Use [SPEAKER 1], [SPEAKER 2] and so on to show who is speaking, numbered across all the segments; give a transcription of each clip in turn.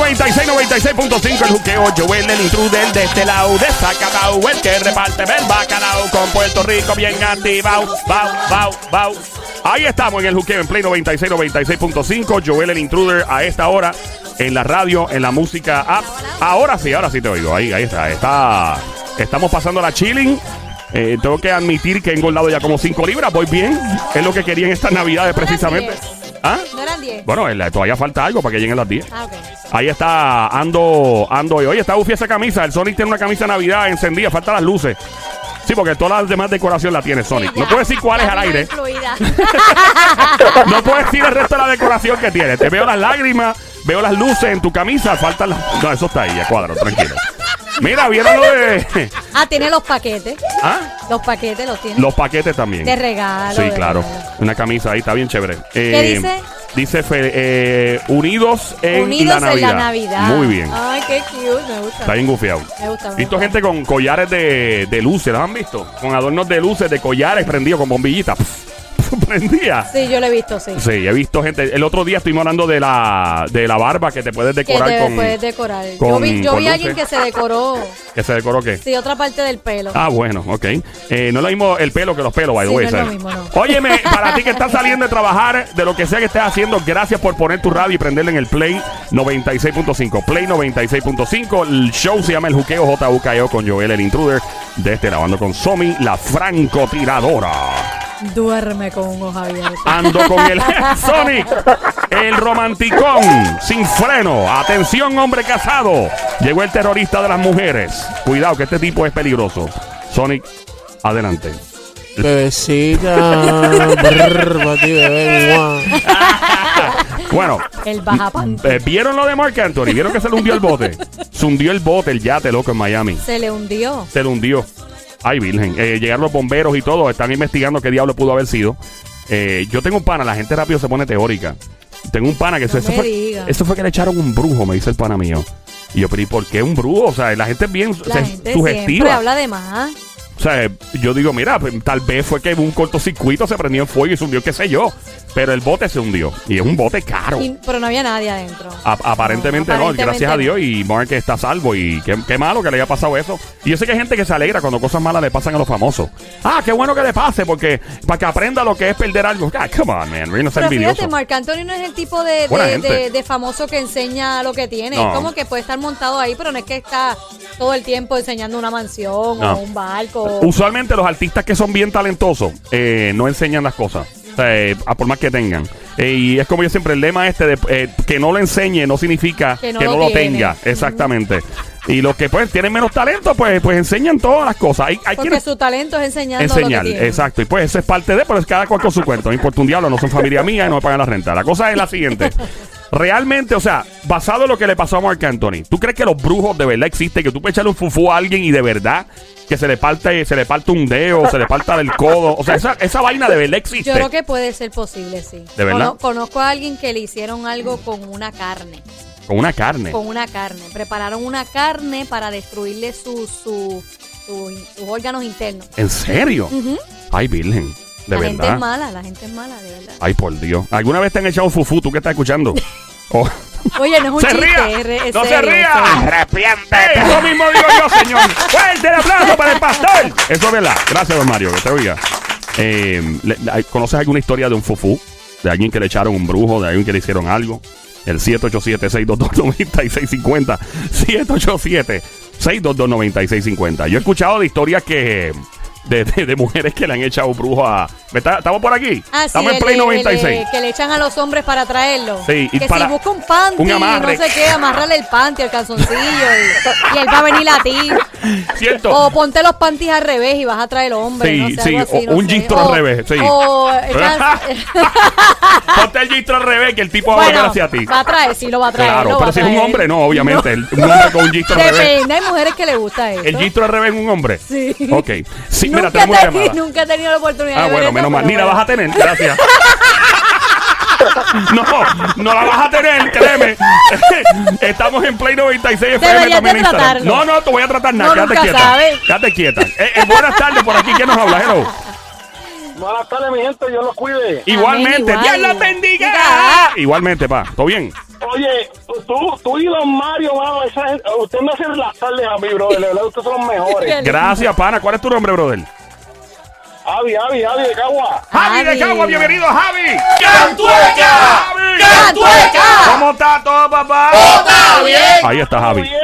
[SPEAKER 1] 96.5 el juqueo, Joel el intruder de este lado, de Zacatau, el que reparte el bacalao con Puerto Rico bien activado, bau, bau, bau. Ahí estamos en el juqueo en Play 96, 96.5, Joel el intruder a esta hora en la radio, en la música app. Ahora sí, ahora sí te oigo, ahí, ahí está, está. Estamos pasando la chilling. Eh, tengo que admitir que he engordado ya como 5 libras, voy bien, es lo que quería en estas navidades precisamente.
[SPEAKER 2] diez.
[SPEAKER 1] ¿Ah?
[SPEAKER 2] No eran 10.
[SPEAKER 1] Bueno, en la- todavía falta algo para que lleguen las 10.
[SPEAKER 2] Ah, ok.
[SPEAKER 1] Ahí está Ando, Ando y oye, está Buffy esa camisa. El Sonic tiene una camisa de Navidad encendida, faltan las luces. Sí, porque todas las demás decoración la tiene Sonic. No
[SPEAKER 2] Ya,
[SPEAKER 1] puedo decir cuál
[SPEAKER 2] ya
[SPEAKER 1] es al
[SPEAKER 2] vino
[SPEAKER 1] aire.
[SPEAKER 2] incluida.
[SPEAKER 1] No puedo decir el resto de la decoración que tiene. Te veo las lágrimas, veo las luces en tu camisa, faltan las. No, eso está ahí, ya cuadro, tranquilo. Mira, vieron lo de.
[SPEAKER 2] ah, tiene los paquetes.
[SPEAKER 1] ¿Ah?
[SPEAKER 2] Los paquetes los tiene.
[SPEAKER 1] Los paquetes también.
[SPEAKER 2] De regalo,
[SPEAKER 1] Sí,
[SPEAKER 2] de
[SPEAKER 1] claro.
[SPEAKER 2] regalo.
[SPEAKER 1] Una camisa ahí, está bien chévere. Eh,
[SPEAKER 2] dice?
[SPEAKER 1] Dice fe- eh, Unidos en la
[SPEAKER 2] Unidos
[SPEAKER 1] Navidad.
[SPEAKER 2] en la Navidad.
[SPEAKER 1] Muy bien.
[SPEAKER 2] Ay, qué cute. Me gusta.
[SPEAKER 1] Está bien gufiado.
[SPEAKER 2] Me gusta, me
[SPEAKER 1] He visto
[SPEAKER 2] gusta.
[SPEAKER 1] gente con collares de, de luces, ¿las han visto? Con adornos de luces, de collares prendidos con bombillitas. Prendía.
[SPEAKER 2] Sí, yo lo he visto, sí.
[SPEAKER 1] Sí, he visto gente. El otro día estuvimos hablando de la, de la barba que te puedes
[SPEAKER 2] Que
[SPEAKER 1] decorar
[SPEAKER 2] te
[SPEAKER 1] con.
[SPEAKER 2] puedes decorar. yo
[SPEAKER 1] con-
[SPEAKER 2] vi, yo
[SPEAKER 1] con
[SPEAKER 2] vi a alguien que
[SPEAKER 1] luces.
[SPEAKER 2] se decoró.
[SPEAKER 1] ¿Que se decoró qué?
[SPEAKER 2] Sí, otra parte del pelo.
[SPEAKER 1] Ah, bueno, ok. Eh, no es lo mismo el pelo que los pelos, by the
[SPEAKER 2] Sí,
[SPEAKER 1] way,
[SPEAKER 2] no es lo
[SPEAKER 1] ¿sabes?
[SPEAKER 2] mismo, no.
[SPEAKER 1] Óyeme, para ti que estás saliendo de trabajar, de lo que sea que estés haciendo, gracias por poner tu radio y prenderle en el Play 96.5. Play 96.5. El show se llama El Juqueo JUKEO E con Joel, el intruder. De este lavando con Somi, la francotiradora.
[SPEAKER 2] Duerme con un ojo abierto.
[SPEAKER 1] Ando con el Sonic, el romanticón, sin freno. Atención, hombre casado. Llegó el terrorista de las mujeres. Cuidado, que este tipo es peligroso. Sonic, adelante.
[SPEAKER 3] Bebecita, brr, pa' ti, bebé, guau.
[SPEAKER 1] Bueno,
[SPEAKER 2] El baja pan.
[SPEAKER 1] eh, ¿vieron lo de Mark Anthony? ¿Vieron que se le hundió el bote? Se hundió el bote, el yate, loco, en Miami.
[SPEAKER 2] Se le hundió.
[SPEAKER 1] Se le hundió. Ay, virgen. Eh, llegaron los bomberos y todo. Están investigando qué diablo pudo haber sido. Eh, yo tengo un pana, la gente rápido se pone teórica. Tengo un pana que eso,
[SPEAKER 2] No
[SPEAKER 1] eso
[SPEAKER 2] me
[SPEAKER 1] fue,
[SPEAKER 2] digas.
[SPEAKER 1] eso fue que le echaron un brujo, me dice el pana mío. Y yo, pero ¿y por qué un brujo? O sea, la gente es bien
[SPEAKER 2] La
[SPEAKER 1] se-
[SPEAKER 2] gente siempre
[SPEAKER 1] sugestiva.
[SPEAKER 2] habla de más.
[SPEAKER 1] O sea, yo digo, mira, pues, tal vez fue que hubo un cortocircuito, se prendió en fuego y se hundió, qué sé yo. Pero el bote se hundió. Y es un bote caro.
[SPEAKER 2] Y- pero no había nadie adentro.
[SPEAKER 1] A- aparentemente no,
[SPEAKER 2] aparentemente
[SPEAKER 1] gracias a
[SPEAKER 2] no.
[SPEAKER 1] Dios y Mark está a salvo y qué, qué malo que le haya pasado eso. Y yo sé que hay gente que se alegra cuando cosas malas le pasan a los famosos. Ah, qué bueno que le pase porque para que aprenda lo que es perder algo. Ah, come on, man, no seas
[SPEAKER 2] Pero
[SPEAKER 1] envidioso.
[SPEAKER 2] fíjate, Marc Anthony no es el tipo de,
[SPEAKER 1] Buena
[SPEAKER 2] de,
[SPEAKER 1] gente.
[SPEAKER 2] de- de famoso que enseña lo que tiene.
[SPEAKER 1] No.
[SPEAKER 2] Es como que puede estar montado ahí, pero no es que está todo el tiempo enseñando una mansión
[SPEAKER 1] No.
[SPEAKER 2] o un barco.
[SPEAKER 1] Usualmente los artistas que son bien talentosos eh, no enseñan las cosas. O sea, eh, a por más que tengan. Eh, y es como yo siempre, el lema este de eh, que no lo enseñe no significa que no, lo,
[SPEAKER 2] tiene.
[SPEAKER 1] tenga. Exactamente. Y los que pues tienen menos talento, pues, pues enseñan todas las cosas. Hay, hay
[SPEAKER 2] porque
[SPEAKER 1] quienes-
[SPEAKER 2] su talento es enseñando
[SPEAKER 1] Enseñar,
[SPEAKER 2] lo que tiene.
[SPEAKER 1] exacto. Y pues eso es parte de, pero es cada cual con su cuento. No importa un diablo, no son familia mía y no me pagan la renta. La cosa es la siguiente. Realmente, o sea, basado en lo que le pasó a Mark Anthony, ¿tú crees que los brujos de verdad existen? Que tú puedes echarle un fufú a alguien y de verdad que se le parte, se le parte un dedo, se le parta del codo. O sea, esa, esa vaina de verdad existe.
[SPEAKER 2] Yo creo que puede ser posible, sí.
[SPEAKER 1] ¿De verdad?
[SPEAKER 2] Cono- conozco a alguien que le hicieron algo con una carne.
[SPEAKER 1] Con una carne.
[SPEAKER 2] Con una carne. Prepararon una carne para destruirle su, su- su- sus órganos internos.
[SPEAKER 1] ¿En serio?
[SPEAKER 2] Ujú.
[SPEAKER 1] Ay, virgen. De
[SPEAKER 2] la gente es
[SPEAKER 1] verdad.
[SPEAKER 2] mala, la gente es mala, de verdad.
[SPEAKER 1] Ay, por Dios. ¿Alguna vez te han echado fufú? ¿Tú que estás escuchando? Oh.
[SPEAKER 2] Oye, no es un
[SPEAKER 1] ¡Se
[SPEAKER 2] chiste,
[SPEAKER 1] ría!
[SPEAKER 2] es re- es
[SPEAKER 1] ¡No se
[SPEAKER 2] serio,
[SPEAKER 1] ría!
[SPEAKER 2] es serio.
[SPEAKER 1] ¡Arrepiéntete! Eso mismo digo yo, señor. ¡Fuerte el aplauso para el pastor! Eso es verdad. Gracias, don Mario. Que te oiga. Eh, le- le- ¿Conoces alguna historia de un fufú? De alguien que le echaron un brujo, de alguien que le hicieron algo. El 787-622-9650. 787-622-9650. Yo he escuchado de historias que... De, de- de mujeres que le han echado brujo a... ¿Me está- ¿Estamos por aquí?
[SPEAKER 2] Ah, sí,
[SPEAKER 1] Estamos en
[SPEAKER 2] el
[SPEAKER 1] Play
[SPEAKER 2] de- el
[SPEAKER 1] 96.
[SPEAKER 2] de- que le echan a los hombres para traerlo.
[SPEAKER 1] Sí, y
[SPEAKER 2] que
[SPEAKER 1] para-
[SPEAKER 2] si busca un panty,
[SPEAKER 1] un amarre.
[SPEAKER 2] no sé qué, amarrarle el panty, el calzoncillo, y, y él va a venir a ti.
[SPEAKER 1] ¿Cierto?
[SPEAKER 2] O ponte los panties al revés y vas a traer el hombre.
[SPEAKER 1] Sí,
[SPEAKER 2] no sé,
[SPEAKER 1] sí,
[SPEAKER 2] algo así,
[SPEAKER 1] o
[SPEAKER 2] no
[SPEAKER 1] un
[SPEAKER 2] sé.
[SPEAKER 1] gistro al revés, sí.
[SPEAKER 2] O echas-
[SPEAKER 1] Ponte el gistro al revés, que el tipo va a volver
[SPEAKER 2] bueno,
[SPEAKER 1] hacia ti.
[SPEAKER 2] va a traer, sí lo va a traer.
[SPEAKER 1] Claro,
[SPEAKER 2] lo va
[SPEAKER 1] pero
[SPEAKER 2] a
[SPEAKER 1] si es un
[SPEAKER 2] traer.
[SPEAKER 1] hombre, no, obviamente. El- Un hombre con un gistro al revés.
[SPEAKER 2] Depende, hay mujeres que le gusta eso.
[SPEAKER 1] ¿El gistro al revés es un hombre?
[SPEAKER 2] Sí.
[SPEAKER 1] Ok. Sí, mira,
[SPEAKER 2] nunca,
[SPEAKER 1] tenemos una
[SPEAKER 2] he tenido-
[SPEAKER 1] llamada.
[SPEAKER 2] nunca he tenido la oportunidad
[SPEAKER 1] Ah,
[SPEAKER 2] de ver
[SPEAKER 1] bueno,
[SPEAKER 2] eso,
[SPEAKER 1] menos mal.
[SPEAKER 2] pero
[SPEAKER 1] Ni la
[SPEAKER 2] bueno.
[SPEAKER 1] vas a tener, gracias. No, no la vas a tener, créeme. Estamos en Play 96 FM
[SPEAKER 2] Deberías
[SPEAKER 1] también en
[SPEAKER 2] de
[SPEAKER 1] Instagram.
[SPEAKER 2] tratarlo.
[SPEAKER 1] No, no, te voy a tratar nada.
[SPEAKER 2] No,
[SPEAKER 1] Quédate
[SPEAKER 2] nunca
[SPEAKER 1] quieta.
[SPEAKER 2] sabes.
[SPEAKER 1] Quédate quieta. Eh, eh, buenas tardes, por aquí, ¿quién nos habla? Hello.
[SPEAKER 4] Buenas tardes, mi gente, Dios los cuide.
[SPEAKER 1] Igualmente.
[SPEAKER 2] igual.
[SPEAKER 1] Dios los bendiga.
[SPEAKER 2] Diga.
[SPEAKER 1] Igualmente, pa. ¿Todo bien?
[SPEAKER 4] Oye, pues tú, tú y Don Mario, mano, esa gente- usted me hace las tardes a mí, bro. De verdad, ustedes son los mejores.
[SPEAKER 1] Gracias, pana. ¿Cuál es tu nombre, brother?
[SPEAKER 4] Avi, Avi, Avi de Cagua.
[SPEAKER 1] Javi de
[SPEAKER 2] Javi.
[SPEAKER 1] Cagua, bienvenido, Javi.
[SPEAKER 5] ¡Cantueca!
[SPEAKER 1] Javi.
[SPEAKER 5] ¡Cantueca!
[SPEAKER 1] ¿Cómo está todo, papá?
[SPEAKER 5] ¡Está bien!
[SPEAKER 1] Ahí está Javi.
[SPEAKER 4] Bien.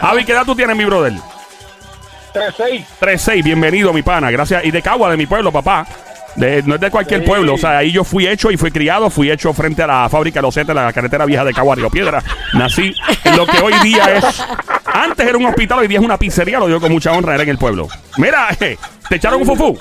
[SPEAKER 1] Javi, ¿qué edad tú tienes, mi brother?
[SPEAKER 4] 3-6.
[SPEAKER 1] 3-6, bienvenido, mi pana. Gracias. Y de Cagua, de mi pueblo, papá. De- no es de cualquier pueblo, o sea, ahí yo fui hecho y fui criado, fui hecho frente a la fábrica Loseta, la carretera vieja de Cagua Río Piedra. Nací en lo que hoy día es. Antes era un hospital, hoy día es una pizzería, lo digo con mucha honra, era en el pueblo. Mira, eh, te echaron un fufú.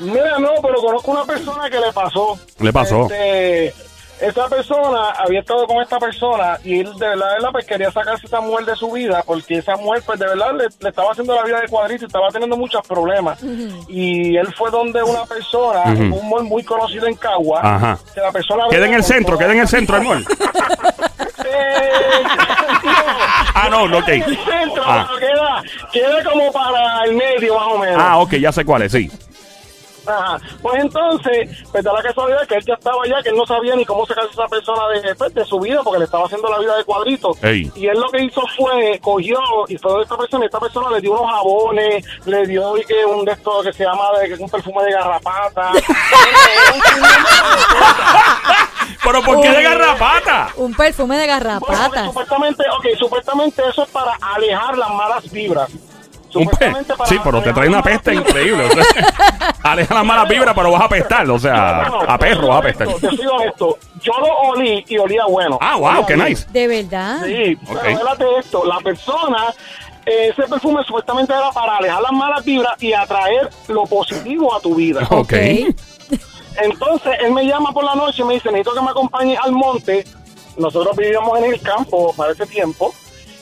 [SPEAKER 4] Mira, no, pero conozco una persona que le pasó.
[SPEAKER 1] Le pasó.
[SPEAKER 4] Este, esta persona había estado con esta persona y él de verdad, de verdad, pues quería sacarse esa mujer de su vida porque esa mujer, pues de verdad, le, le estaba haciendo la vida de cuadrito y estaba teniendo muchos problemas. Y él fue donde una persona,
[SPEAKER 1] Ujú.
[SPEAKER 4] un mall muy conocido en Cagua,
[SPEAKER 1] Ajá.
[SPEAKER 4] que la persona...
[SPEAKER 1] Queda en
[SPEAKER 4] venía
[SPEAKER 1] el
[SPEAKER 4] con
[SPEAKER 1] centro,
[SPEAKER 4] toda-
[SPEAKER 1] queda en el centro, amor. Ah, no, no, ok.
[SPEAKER 4] En el centro,
[SPEAKER 1] Ah.
[SPEAKER 4] pero queda, queda como para el medio más o menos.
[SPEAKER 1] Ah, ok, ya sé cuál es, sí.
[SPEAKER 4] Ajá. Pues entonces, pues da la casualidad que él ya estaba allá, que él no sabía ni cómo sacar a esa persona de, pues, de su vida, porque le estaba haciendo la vida de cuadrito.
[SPEAKER 1] Ey.
[SPEAKER 4] Y él lo que hizo fue, cogió y fue de esta persona, y esta persona le dio unos jabones, le dio y que un de estos que se llama de, un perfume de garrapata.
[SPEAKER 1] Pero ¿por qué de garrapata?
[SPEAKER 2] Un perfume de
[SPEAKER 4] Bueno, porque
[SPEAKER 2] garrapatas.
[SPEAKER 4] supuestamente, ok, supuestamente eso es para alejar las malas vibras.
[SPEAKER 1] Un pe-
[SPEAKER 4] Supuestamente para
[SPEAKER 1] Sí, pero te
[SPEAKER 4] alejar
[SPEAKER 1] trae una
[SPEAKER 4] las malas
[SPEAKER 1] peste
[SPEAKER 4] vibras.
[SPEAKER 1] increíble. o sea, Ah, aleja las malas vibras, pero vas a apestar. O sea,
[SPEAKER 4] Bueno,
[SPEAKER 1] a perro vas a apestar.
[SPEAKER 4] Te soy honesto, yo lo olí y olía bueno.
[SPEAKER 1] Ah, wow,
[SPEAKER 4] Olía
[SPEAKER 1] qué
[SPEAKER 4] bien.
[SPEAKER 1] nice.
[SPEAKER 2] De verdad.
[SPEAKER 4] Sí,
[SPEAKER 1] Ok.
[SPEAKER 4] pero espérate esto, la persona, eh, ese perfume supuestamente era para alejar las malas vibras y atraer lo positivo a tu vida.
[SPEAKER 1] Ok.
[SPEAKER 4] Entonces, él me llama por la noche y me dice, necesito que me acompañe al monte. Nosotros vivíamos en el campo para ese tiempo.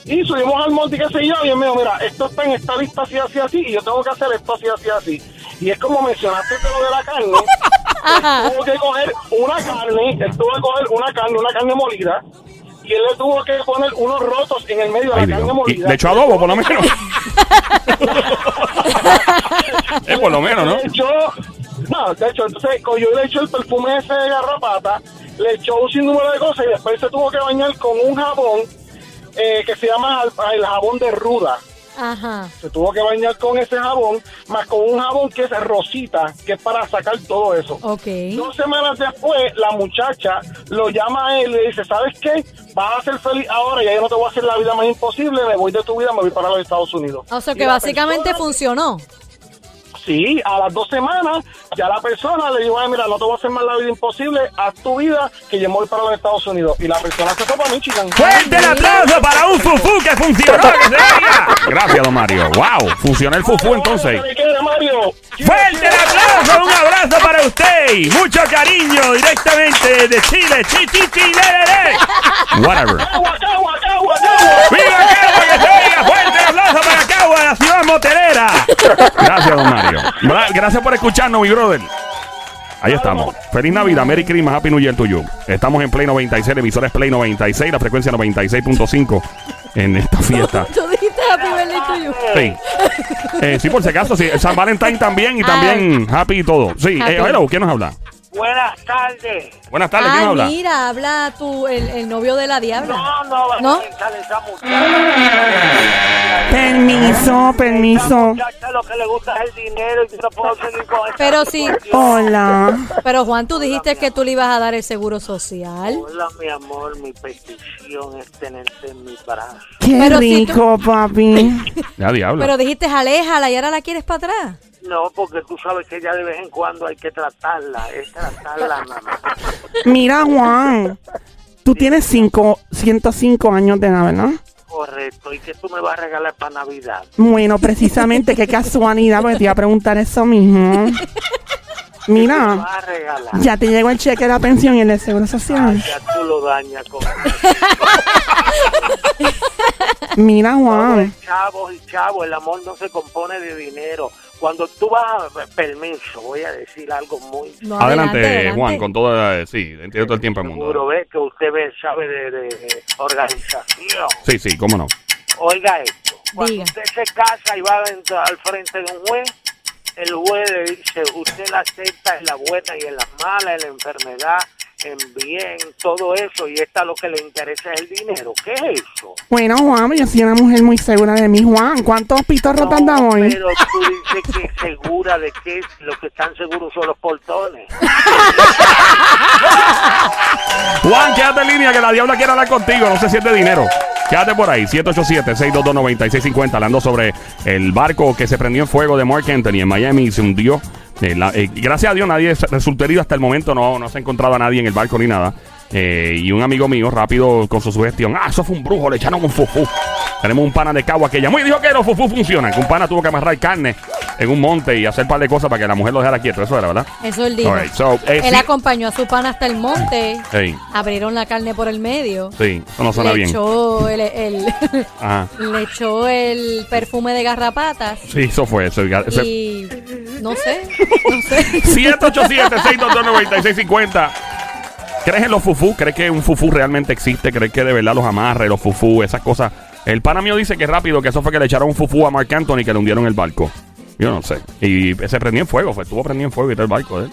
[SPEAKER 4] Y subimos al monte y qué sé yo, y él me dijo, mira, esto está en esta lista así, así, así, y yo tengo que hacer esto así, así, así. Y es como mencionaste lo de la carne,
[SPEAKER 2] Ajá.
[SPEAKER 4] tuvo que coger una carne, él tuvo que coger una carne, una carne molida, y él le tuvo que poner unos rotos en el medio de
[SPEAKER 1] Ay,
[SPEAKER 4] la
[SPEAKER 1] Dios.
[SPEAKER 4] carne
[SPEAKER 1] Y
[SPEAKER 4] molida.
[SPEAKER 1] le echó adobo, por lo menos. Eh, por lo menos, ¿no?
[SPEAKER 4] Le echó, no, de hecho, entonces cogió y le echó el perfume ese de garrapata, le echó un sinnúmero de cosas y después se tuvo que bañar con un jabón eh, que se llama al- el jabón de ruda.
[SPEAKER 2] Ajá.
[SPEAKER 4] Se tuvo que bañar con ese jabón, más con un jabón que es rosita, que es para sacar todo eso.
[SPEAKER 2] Ok.
[SPEAKER 4] Dos semanas después, la muchacha lo llama a él y le dice, ¿sabes qué? Vas a ser feliz ahora, ya yo no te voy a hacer la vida más imposible, me voy de tu vida, me voy para los Estados Unidos.
[SPEAKER 2] O sea
[SPEAKER 4] Y
[SPEAKER 2] que
[SPEAKER 4] la
[SPEAKER 2] básicamente
[SPEAKER 4] persona-
[SPEAKER 2] funcionó.
[SPEAKER 4] Sí, a las dos semanas ya la persona le dijo, "Ay, mira, no te voy a hacer más la vida imposible, haz tu vida, que yo me voy para los Estados Unidos. Y la persona se fue para Michigan.
[SPEAKER 1] Fuerte el aplauso para un fufú que funcionó. que se oiga. Gracias, don Mario. Wow, funcionó el fufú entonces.
[SPEAKER 4] ¿Qué quiere, Mario?
[SPEAKER 1] Fuerte el aplauso, un abrazo para usted. y Mucho cariño directamente de Chile. Chi, chi, chi, le, le, le. Whatever.
[SPEAKER 4] ¡Cagua, cagua, cagua, cagua!
[SPEAKER 1] ¡Viva Cagua que se oiga! ¡Fuerte el aplauso para Cagua, la ciudad motelera! Gracias, don Mario. Bra- Gracias por escucharnos, mi brother. Ahí estamos. Feliz Navidad, Merry Christmas, Happy New Year to you. Estamos en Play 96, la emisora es Play 96, la frecuencia 96.5 en esta fiesta.
[SPEAKER 2] Tú dijiste happy birthday tuyo.
[SPEAKER 1] Sí. Eh, sí, por si acaso, sí. San Valentín también y también Happy y todo. Sí, eh,
[SPEAKER 2] Happy.
[SPEAKER 1] hello, ¿quién nos habla?
[SPEAKER 6] Buenas tardes.
[SPEAKER 1] Buenas tardes, ¿quién nos
[SPEAKER 2] Ah,
[SPEAKER 1] habla?
[SPEAKER 2] mira, habla tu, el, el novio de la diabla.
[SPEAKER 6] No, no,
[SPEAKER 2] ¿No?
[SPEAKER 6] no. esa muchacha.
[SPEAKER 7] Permiso,
[SPEAKER 6] Esa
[SPEAKER 7] permiso.
[SPEAKER 6] muchacha lo que le gusta es el dinero y yo no puedo seguir con esa
[SPEAKER 2] Pero sí.
[SPEAKER 6] situación.
[SPEAKER 7] Hola.
[SPEAKER 2] Pero Juan, tú dijiste que tú le ibas a dar el seguro social.
[SPEAKER 6] Hola, mi amor, mi petición es tenerte en mis brazos.
[SPEAKER 7] Qué
[SPEAKER 2] Pero si tú-
[SPEAKER 7] rico, papi.
[SPEAKER 1] Ya, diablo.
[SPEAKER 2] Pero dijiste, aléjala y ahora la quieres para atrás.
[SPEAKER 6] No, porque tú sabes que ya de vez en cuando hay que tratarla, es tratarla, mamá.
[SPEAKER 7] Mira, Juan. Tú tienes cinco, 105 años de edad, ¿verdad?
[SPEAKER 6] Correcto, ¿y qué tú me vas a regalar para Navidad?
[SPEAKER 7] Bueno, precisamente, qué casualidad, porque te iba a preguntar eso mismo.
[SPEAKER 6] ¿Me
[SPEAKER 7] Mira,
[SPEAKER 6] vas a regalar? Ah,
[SPEAKER 7] ya te llegó el cheque de la pensión y el de seguro social.
[SPEAKER 6] Ya tú lo dañas con
[SPEAKER 7] Ah. Mira,
[SPEAKER 6] Todo
[SPEAKER 7] Juan.
[SPEAKER 6] es chavos y chavos, el amor no se compone de dinero. Cuando tú vas a permiso, voy a decir algo muy
[SPEAKER 2] No,
[SPEAKER 1] adelante,
[SPEAKER 2] adelante.
[SPEAKER 1] Juan, con toda. eh, Sí, entiendo todo el tiempo el
[SPEAKER 6] seguro,
[SPEAKER 1] mundo.
[SPEAKER 6] ve que usted ve, sabe de, de organización.
[SPEAKER 1] Sí, sí, cómo no.
[SPEAKER 6] Oiga esto, cuando
[SPEAKER 2] Diga.
[SPEAKER 6] usted se casa y va dentro- al frente de un juez, el juez le dice, usted la acepta en la buena y en la mala, en la enfermedad,
[SPEAKER 4] envíen todo eso y esta lo que le interesa es el dinero. ¿Qué es eso?
[SPEAKER 7] Bueno, Juan, yo soy una mujer muy segura de mí, Juan. ¿Cuántos pitorros te
[SPEAKER 4] No,
[SPEAKER 7] andamos hoy?
[SPEAKER 4] Pero tú dices que es segura de que los que están seguros son los portones.
[SPEAKER 1] Juan, quédate en línea que la diabla quiere hablar contigo. No se siente dinero. Quédate por ahí. 787-622-9650. Hablando sobre el barco que se prendió en fuego de Mark Anthony en Miami y se hundió. Eh, la- eh, gracias a Dios nadie se- resultó herido hasta el momento. No, no se ha encontrado a nadie en el barco ni nada. Eh, y un amigo mío rápido con su sugestión. Ah, eso fue un brujo. Le echaron un fufú. Tenemos un pana de Cagua que llamó y dijo que los fufú funcionan. Que un pana tuvo que amarrar carne en un monte y hacer un par de cosas para que la mujer lo dejara quieto. Eso era, ¿verdad?
[SPEAKER 2] Eso él dijo.
[SPEAKER 1] All right, so, eh, sí.
[SPEAKER 2] él acompañó a su pana hasta el monte.
[SPEAKER 1] Ey,
[SPEAKER 2] Abrieron la carne por el medio.
[SPEAKER 1] sí, eso no suena
[SPEAKER 2] le
[SPEAKER 1] bien.
[SPEAKER 2] echó el, el-
[SPEAKER 1] Ajá.
[SPEAKER 2] le echó el perfume de garrapatas
[SPEAKER 1] Sí, eso fue. Eso, eso-
[SPEAKER 2] y no sé, no sé.
[SPEAKER 1] 787-622-9650. ¿Crees en los fufú? ¿Crees que un fufú realmente existe? ¿Crees que de verdad los amarre, los fufú, esas cosas? El pana mío dice que rápido, que eso fue que le echaron un fufú a Mark Anthony que le hundieron el barco. Yo no sé. Y se prendió en fuego, fue, estuvo prendido en fuego y todo el barco de él.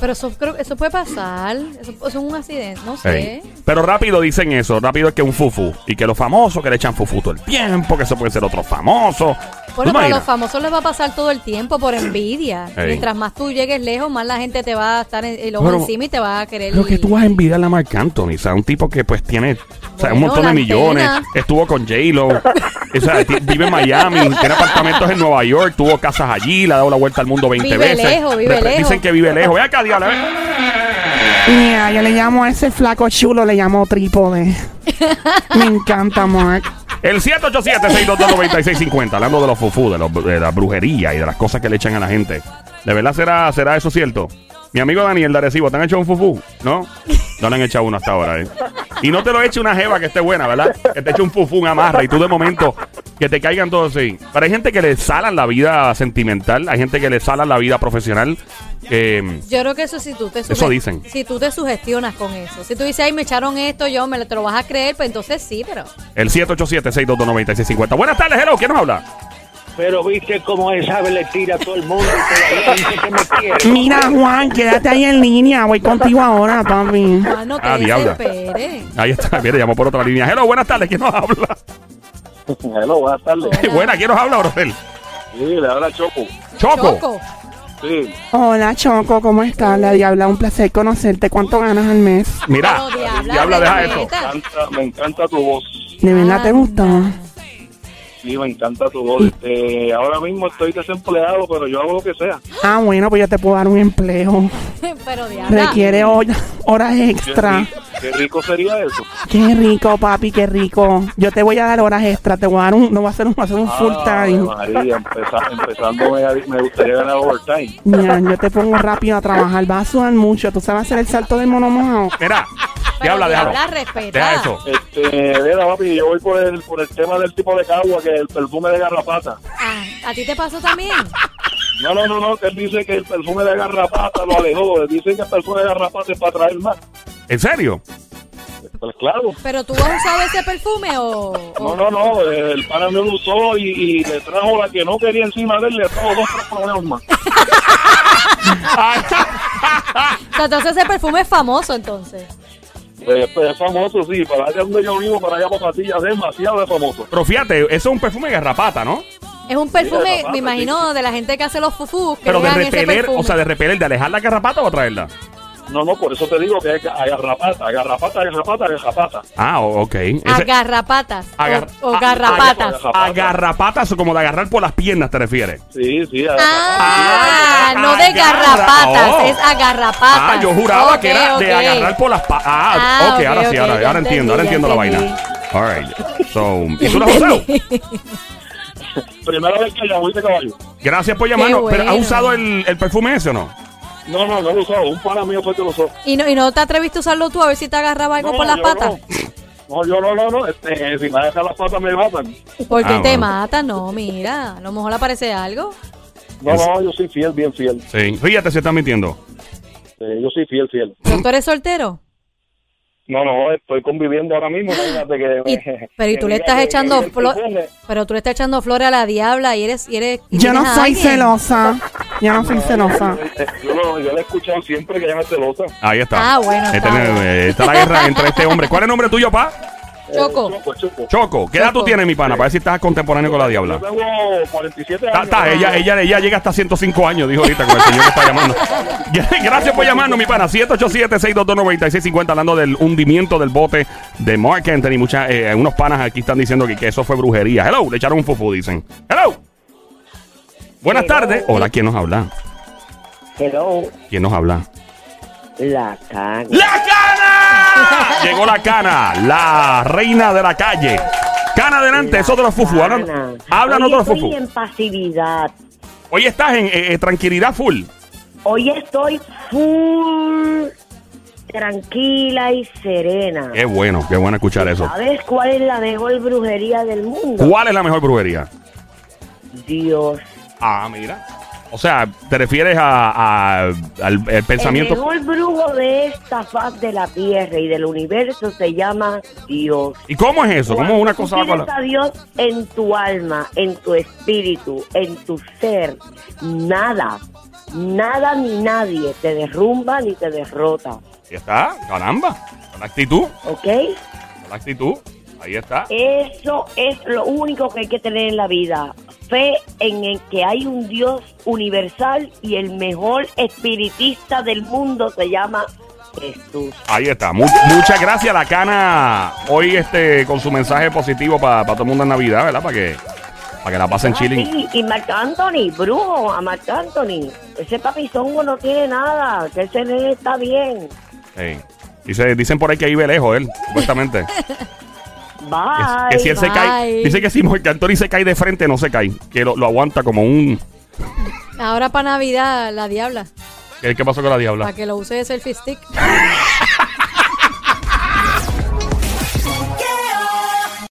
[SPEAKER 2] Pero eso creo eso puede pasar, eso, eso es un accidente, no sé.
[SPEAKER 1] Ey. Pero rápido dicen eso, rápido es que un fufú. Y que los famosos que le echan fufú todo el tiempo, que eso puede ser otro famoso.
[SPEAKER 2] Bueno,
[SPEAKER 1] ¿Tú
[SPEAKER 2] pero a
[SPEAKER 1] imaginas?
[SPEAKER 2] los famosos les va a pasar todo el tiempo por envidia.
[SPEAKER 1] Ey.
[SPEAKER 2] Mientras más tú llegues lejos, más la gente te va a estar en, el ojo
[SPEAKER 1] Pero-
[SPEAKER 2] encima y te va a querer.
[SPEAKER 1] Lo que tú vas a envidiar a Marc Anthony, o sea, un tipo que pues tiene o sea, un
[SPEAKER 2] Bueno,
[SPEAKER 1] montón de
[SPEAKER 2] la
[SPEAKER 1] millones,
[SPEAKER 2] antena.
[SPEAKER 1] estuvo con J-Lo, o sea, ti- vive en Miami, tiene apartamentos en Nueva York, tuvo casas allí, le ha dado la vuelta al mundo 20
[SPEAKER 2] Vive
[SPEAKER 1] veces.
[SPEAKER 2] lejos, vive
[SPEAKER 1] Repre-
[SPEAKER 2] lejos.
[SPEAKER 1] Dicen que vive lejos. Ve acá, diablo, ve.
[SPEAKER 7] Mira, yo le llamo a ese flaco chulo, le llamo trípode. Me encanta, Mark.
[SPEAKER 1] El 787-622-9650, hablando de los fufú, de, los- de la brujería y de las cosas que le echan a la gente. ¿De verdad será, será eso cierto? Mi amigo Daniel de Arecibo, ¿te han hecho un fufú? ¿No? No le han echado uno hasta ahora, ¿eh? Y no te lo eche una jeva que esté buena, ¿verdad? Que te eche un fufú, un amarra, y tú de momento que te caigan todos así. Pero hay gente que le salan la vida sentimental, hay gente que le salan la vida profesional. Eh,
[SPEAKER 2] Yo creo que eso si tú te suge-
[SPEAKER 1] Eso dicen.
[SPEAKER 2] Si tú te sugestionas con eso. Si tú dices, ay, me echaron esto, yo me lo, te lo vas a creer, pues entonces sí, pero.
[SPEAKER 1] el 787-622-9650. Buenas tardes, hello, ¿quién nos habla?
[SPEAKER 4] Pero viste cómo él sabe, le tira a todo el mundo y todavía dice que me quiere.
[SPEAKER 7] Mira, Juan, quédate ahí en línea. Voy contigo ahora, papi.
[SPEAKER 2] Ah, no te
[SPEAKER 1] Ah, diabla.
[SPEAKER 2] desesperes.
[SPEAKER 1] Ahí está, mire, llamó por otra línea. Hello, buenas tardes, ¿quién nos habla?
[SPEAKER 8] Hello, buenas tardes.
[SPEAKER 1] Qué buena, ¿quién nos habla, Rosel?
[SPEAKER 8] Sí, le habla Choco.
[SPEAKER 1] Choco.
[SPEAKER 2] Choco.
[SPEAKER 8] Sí.
[SPEAKER 7] Hola, Choco, ¿cómo estás? La diabla, un placer conocerte. ¿Cuánto ganas al mes?
[SPEAKER 1] Mira,
[SPEAKER 2] Pero, diabla,
[SPEAKER 1] diabla, deja
[SPEAKER 2] respeta.
[SPEAKER 1] eso.
[SPEAKER 8] Encanta- me encanta tu voz.
[SPEAKER 7] ¿De verdad te gustó?
[SPEAKER 2] Anda.
[SPEAKER 8] Sí, me encanta tu voz. Este, ahora mismo estoy desempleado, pero yo hago lo que sea.
[SPEAKER 7] Ah, bueno, pues yo te puedo dar un empleo.
[SPEAKER 2] Pero diabla.
[SPEAKER 7] Requiere hor- horas extra.
[SPEAKER 8] Qué, ri- qué rico sería eso.
[SPEAKER 7] Qué rico, papi, qué rico. Yo te voy a dar horas extra, te voy a dar un, no voy a hacer un, voy a hacer un full
[SPEAKER 8] Ave
[SPEAKER 7] time.
[SPEAKER 8] María, empeza- empezando me, me gustaría ganar overtime.
[SPEAKER 7] Mira, yo te pongo rápido a trabajar, vas a sudar mucho, tú sabes hacer el salto del mono mojado.
[SPEAKER 1] Mira,
[SPEAKER 2] Pero
[SPEAKER 1] diabla, déjalo.
[SPEAKER 2] diabla, respeta.
[SPEAKER 1] Deja eso.
[SPEAKER 8] Este, mira, papi, yo voy por el, por el tema del tipo de cagua, que es el perfume de garrapata.
[SPEAKER 2] Ah, ¿A ti te pasó también?
[SPEAKER 8] No, no, no, no, que él dice que el perfume de garrapata lo alejó. Él dice que el perfume de garrapata es para traer más.
[SPEAKER 1] ¿En serio?
[SPEAKER 8] Pues claro.
[SPEAKER 2] ¿Pero tú has usado ese perfume o.?
[SPEAKER 8] No,
[SPEAKER 2] o-
[SPEAKER 8] no, no, eh, el pana me lo usó y, y le trajo la que no quería encima de él, le trajo dos tres problemas más.
[SPEAKER 1] Ah,
[SPEAKER 2] o sea, entonces ese perfume es famoso, entonces.
[SPEAKER 8] Eh, pues es famoso, sí, para allá donde yo vivo, para allá para Patillas, es demasiado de famoso.
[SPEAKER 1] Pero fíjate, eso es un perfume de garrapata, ¿no?
[SPEAKER 2] Es un perfume,
[SPEAKER 8] garrapata,
[SPEAKER 2] me imagino, de la gente que hace los fufus. Que
[SPEAKER 1] Pero de
[SPEAKER 2] llevan ese
[SPEAKER 1] repeler,
[SPEAKER 2] perfume.
[SPEAKER 1] o sea, de repeler, de alejar la garrapata o traerla.
[SPEAKER 8] No, no, por eso te digo que es agarrapata, agarrapata, agarrapata, agarrapata.
[SPEAKER 1] Ah, o- ok. Ese-
[SPEAKER 2] Agarrapatas. o-
[SPEAKER 1] Agar- Ah,
[SPEAKER 2] o,
[SPEAKER 1] a-
[SPEAKER 2] garrapatas.
[SPEAKER 8] agarra-
[SPEAKER 1] agarrapatas, o como de agarrar por las piernas, ¿te refieres?
[SPEAKER 8] Sí, sí,
[SPEAKER 2] Ah,
[SPEAKER 1] agarra-
[SPEAKER 2] no de
[SPEAKER 1] agarra-
[SPEAKER 2] garrapatas,
[SPEAKER 1] oh.
[SPEAKER 2] es agarrapatas.
[SPEAKER 1] Ah, yo juraba que
[SPEAKER 2] Ok,
[SPEAKER 1] era de
[SPEAKER 2] ok.
[SPEAKER 1] agarrar por las pa- Ah,
[SPEAKER 2] Ah,
[SPEAKER 1] ok,
[SPEAKER 2] ok,
[SPEAKER 1] ahora sí,
[SPEAKER 2] ok,
[SPEAKER 1] ahora,
[SPEAKER 2] ya
[SPEAKER 1] ahora entiendo, ahora entiendo
[SPEAKER 2] entendí,
[SPEAKER 1] la vaina.
[SPEAKER 2] ya
[SPEAKER 1] All right. So, ¿y tú lo has usado?
[SPEAKER 8] Primera vez que llamo, ¿viste, caballo?
[SPEAKER 1] Gracias por llamarnos.
[SPEAKER 2] Qué
[SPEAKER 1] Pero ¿has
[SPEAKER 2] bueno.
[SPEAKER 1] usado el, el perfume ese o no?
[SPEAKER 8] No, no, no lo usó, un pana mío fue que lo usó.
[SPEAKER 2] ¿Y no, ¿Y no te atreviste a usarlo tú a ver si te agarraba algo
[SPEAKER 8] No,
[SPEAKER 2] por las
[SPEAKER 8] yo
[SPEAKER 2] patas?
[SPEAKER 8] No, No, yo no, no, no, este, si me dejan las patas me matan.
[SPEAKER 2] Porque
[SPEAKER 1] Ah,
[SPEAKER 2] te
[SPEAKER 1] bueno.
[SPEAKER 2] mata, no, mira, a lo mejor le aparece algo.
[SPEAKER 8] No,
[SPEAKER 1] Es-
[SPEAKER 8] no, yo soy fiel, bien fiel.
[SPEAKER 1] Sí. Fíjate si estás mintiendo.
[SPEAKER 8] Eh, yo soy fiel, fiel.
[SPEAKER 2] Pero tú eres soltero.
[SPEAKER 8] No, no, estoy conviviendo ahora mismo, fíjate que...
[SPEAKER 2] Y-
[SPEAKER 8] me-
[SPEAKER 2] pero y
[SPEAKER 8] que
[SPEAKER 2] tú le
[SPEAKER 8] diga
[SPEAKER 2] estás
[SPEAKER 8] que-
[SPEAKER 2] echando
[SPEAKER 8] que el
[SPEAKER 2] flor,
[SPEAKER 8] perfume-
[SPEAKER 2] pero tú le estás echando flores a la diabla y eres y eres y
[SPEAKER 7] Yo no
[SPEAKER 2] tienes a
[SPEAKER 7] soy
[SPEAKER 2] alguien.
[SPEAKER 7] celosa. Yo no soy celosa.
[SPEAKER 4] Yo, lo- yo la he escuchado siempre que ella me celosa.
[SPEAKER 1] Ahí está.
[SPEAKER 2] Ah, bueno,
[SPEAKER 1] Este-
[SPEAKER 2] está.
[SPEAKER 1] eh, está la guerra entre este hombre. ¿Cuál es el nombre tuyo, pa?
[SPEAKER 2] Choco.
[SPEAKER 4] Eh, Choco, Choco.
[SPEAKER 1] Choco. ¿Qué edad tú
[SPEAKER 2] Choco.
[SPEAKER 1] tienes, mi pana? Para ver si estás contemporáneo con la diabla.
[SPEAKER 4] Yo tengo 47
[SPEAKER 1] Está,
[SPEAKER 4] años.
[SPEAKER 2] Ah.
[SPEAKER 1] está, ella, ella, ella llega hasta 105 años, dijo ahorita con el señor que está llamando. Gracias por llamarnos, mi pana. 787-622-9650, hablando del hundimiento del bote de Mark Anthony. Muchas, eh, unos panas aquí están diciendo que, que eso fue brujería. Hello, le echaron un fufu, dicen. Hello. Buenas tardes. Hola, ¿quién nos habla?
[SPEAKER 9] Hello,
[SPEAKER 1] ¿Quién nos habla?
[SPEAKER 9] la caga.
[SPEAKER 1] ¡La cana! Llegó la cana, la reina de la calle. Cana adelante, es otro fufu.
[SPEAKER 9] Ana.
[SPEAKER 1] Háblanos háblanos de
[SPEAKER 9] Hoy
[SPEAKER 1] los
[SPEAKER 9] estoy
[SPEAKER 1] fufu.
[SPEAKER 9] en pasividad.
[SPEAKER 1] Hoy estás en eh, eh, tranquilidad full.
[SPEAKER 9] Hoy estoy full tranquila y serena.
[SPEAKER 1] Qué bueno, qué bueno escuchar eso.
[SPEAKER 9] ¿Sabes cuál es la mejor brujería del mundo?
[SPEAKER 1] ¿Cuál es la mejor brujería?
[SPEAKER 9] Dios.
[SPEAKER 1] Ah, mira. O sea, ¿te refieres a, a- al el pensamiento?
[SPEAKER 9] El mejor brujo de esta faz de la tierra y del universo se llama Dios.
[SPEAKER 1] ¿Y cómo es eso? ¿Cómo
[SPEAKER 9] Cuando
[SPEAKER 1] una
[SPEAKER 9] tú
[SPEAKER 1] cosa va con
[SPEAKER 9] tienes
[SPEAKER 1] la...
[SPEAKER 9] a Dios en tu alma, en tu espíritu, en tu ser, nada, nada ni nadie te derrumba ni te derrota,
[SPEAKER 1] Ahí está, caramba. Con la actitud,
[SPEAKER 9] ¿ok?
[SPEAKER 1] con la actitud. Ahí está.
[SPEAKER 9] Eso es lo único que hay que tener en la vida, fe en el que hay un Dios universal y el mejor espiritista del mundo se llama Jesús.
[SPEAKER 1] Ahí está. Mu- muchas gracias, la cana. Hoy este con su mensaje positivo para todo el mundo en Navidad, ¿verdad? Para que, para que la pasen chilling.
[SPEAKER 9] Ah, sí, y Marc Anthony, brujo, a Marc Anthony. Ese papizongo no tiene nada, que ese nene está bien.
[SPEAKER 1] Sí. Dice- dicen por ahí que iba lejos él, supuestamente. Que,
[SPEAKER 9] Bye.
[SPEAKER 1] que si él se
[SPEAKER 2] bye.
[SPEAKER 1] cae, dice que si Marc Anthony se cae de frente, no se cae. Que lo, lo aguanta como un.
[SPEAKER 2] Ahora para Navidad, la diabla.
[SPEAKER 1] ¿Qué, qué pasó con la diabla?
[SPEAKER 2] Para que lo use de selfie stick.